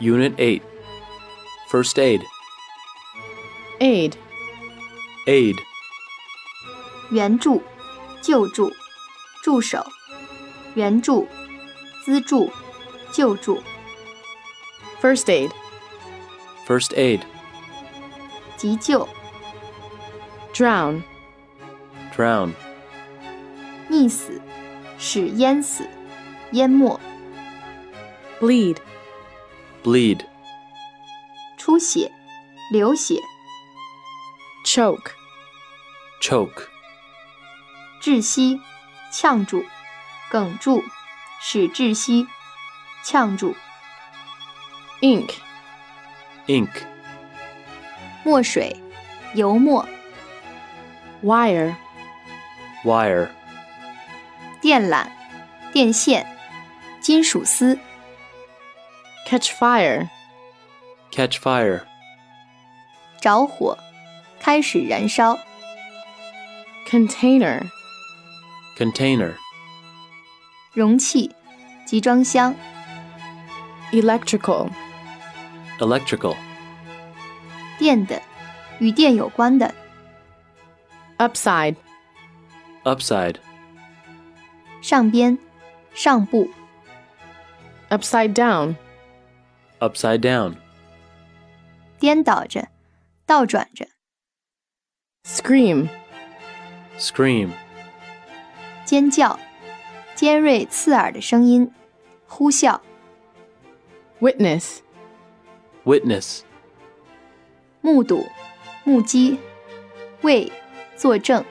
Unit 8 First Aid aid, Aid 援助、救助、助手、援助、资助、救助、 first aid, First Aid 急救、 drown, Drown 溺死、使淹死、淹没、 bleed, Bleed 出血、流血、 choke, Choke 窒息、呛住、哽住、使窒息、呛住、 ink, Ink 墨水、油墨、 wire, Wire 电缆、电线、金属丝、 catch fire, Catch Fire 着火、开始燃烧、 container, Container 容器、集装箱、 electrical, Electrical 电的、与电有关的、 upside, Upside 上边、上部、 upside down, Upside Down 颠倒着、倒转着、 scream, Scream 尖叫、尖锐刺耳的声音、呼啸、 witness, Witness 目睹、目击、为、作证、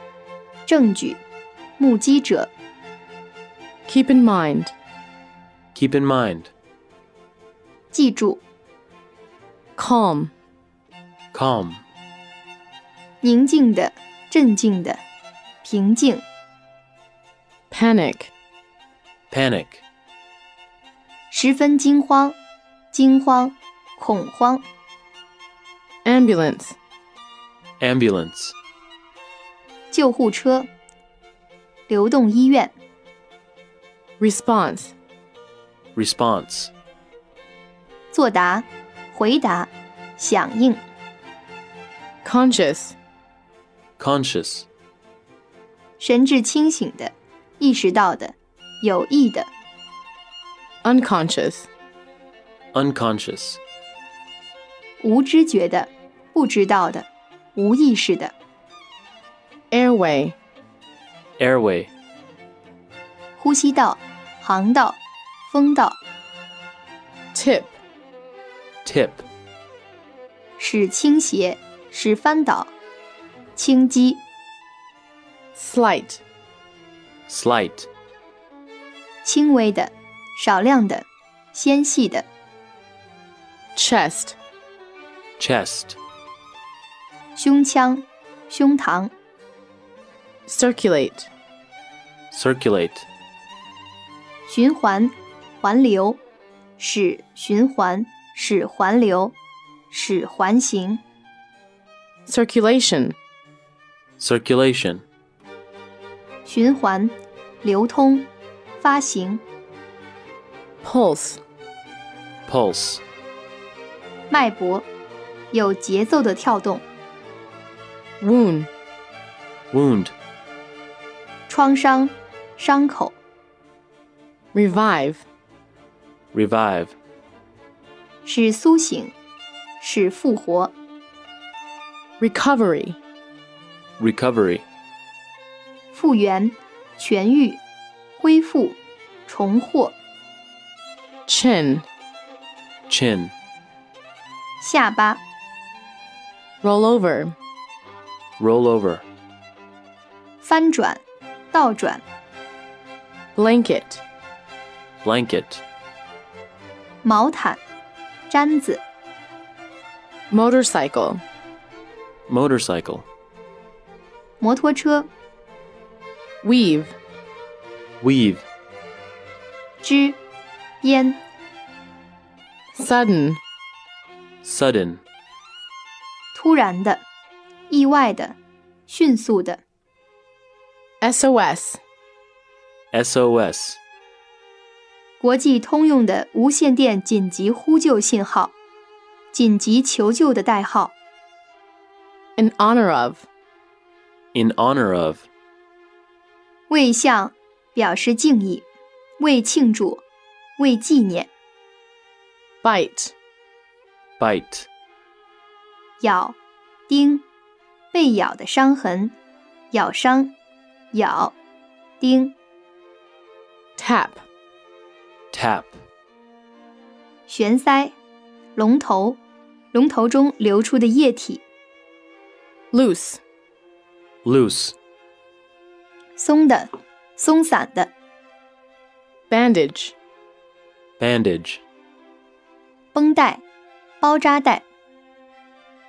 证据、目击者、 keep in mind, Keep in Mind 记住、 calm, Calm 宁静的、镇静的、平静、 panic, Panic 十分惊慌、惊慌、恐慌、 ambulance, Ambulance 救护车、流动医院、 response, Response 作答、回答、响应、 conscious, Conscious 神志清醒的、意识到的、有意的。 unconscious, Unconscious 无知觉的、不知道的、无意识的、 airway, Airway 呼吸道、航道、风道、 tip, Tip 使倾斜、使翻倒、轻击、 slight, Slight 轻微的、少量的、纤细的、 chest, Chest 胸腔、胸膛、 circulate, Circulate 循环、环流、使循环、使环流、使环形、 circulation, Circulation 循环、流通、发行、 pulse, Pulse 脉搏、有节奏的跳动、 wound, Wound 创伤、伤口。 revive, Revive 使苏醒，使复活， recovery, Recovery 复原，痊愈，恢复，重获， chin, Chin 下巴， roll over, Rollover 翻转，倒转， blanket, Blanket 毛毯，毡子， motorcycle, Motorcycle 摩托车， weave, Weave 织，编， sudden, Sudden 突然的，意外的，迅速的， SOS, SOS 国际通用的无线电紧急呼救信号，紧急求救的代号。 in honor of, in honor of, 为向表示敬意，为庆祝，为纪念， bite, bite, 咬，叮，被咬的伤痕，咬伤，咬，叮， tap, tap, 悬塞，龙头，龙头中流出的液体， loose, loose, 松的，松散的， bandage, bandage, 绷带，包扎带，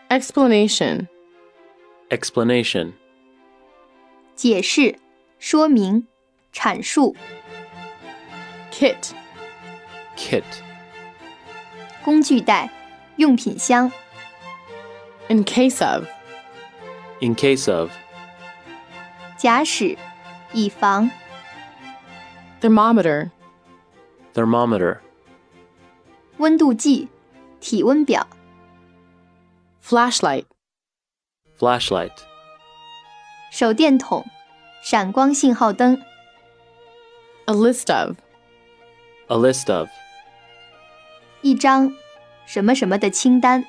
explanation, explanation, 解释，说明，阐述， kit, kit, 工具袋，用品箱， in case of, in case of, 假使，以防， thermometer, thermometer, 温度计，体温表， flashlight, flashlight, 手电筒，闪光信号灯， a list of, a list of, 一张什么什么的清单。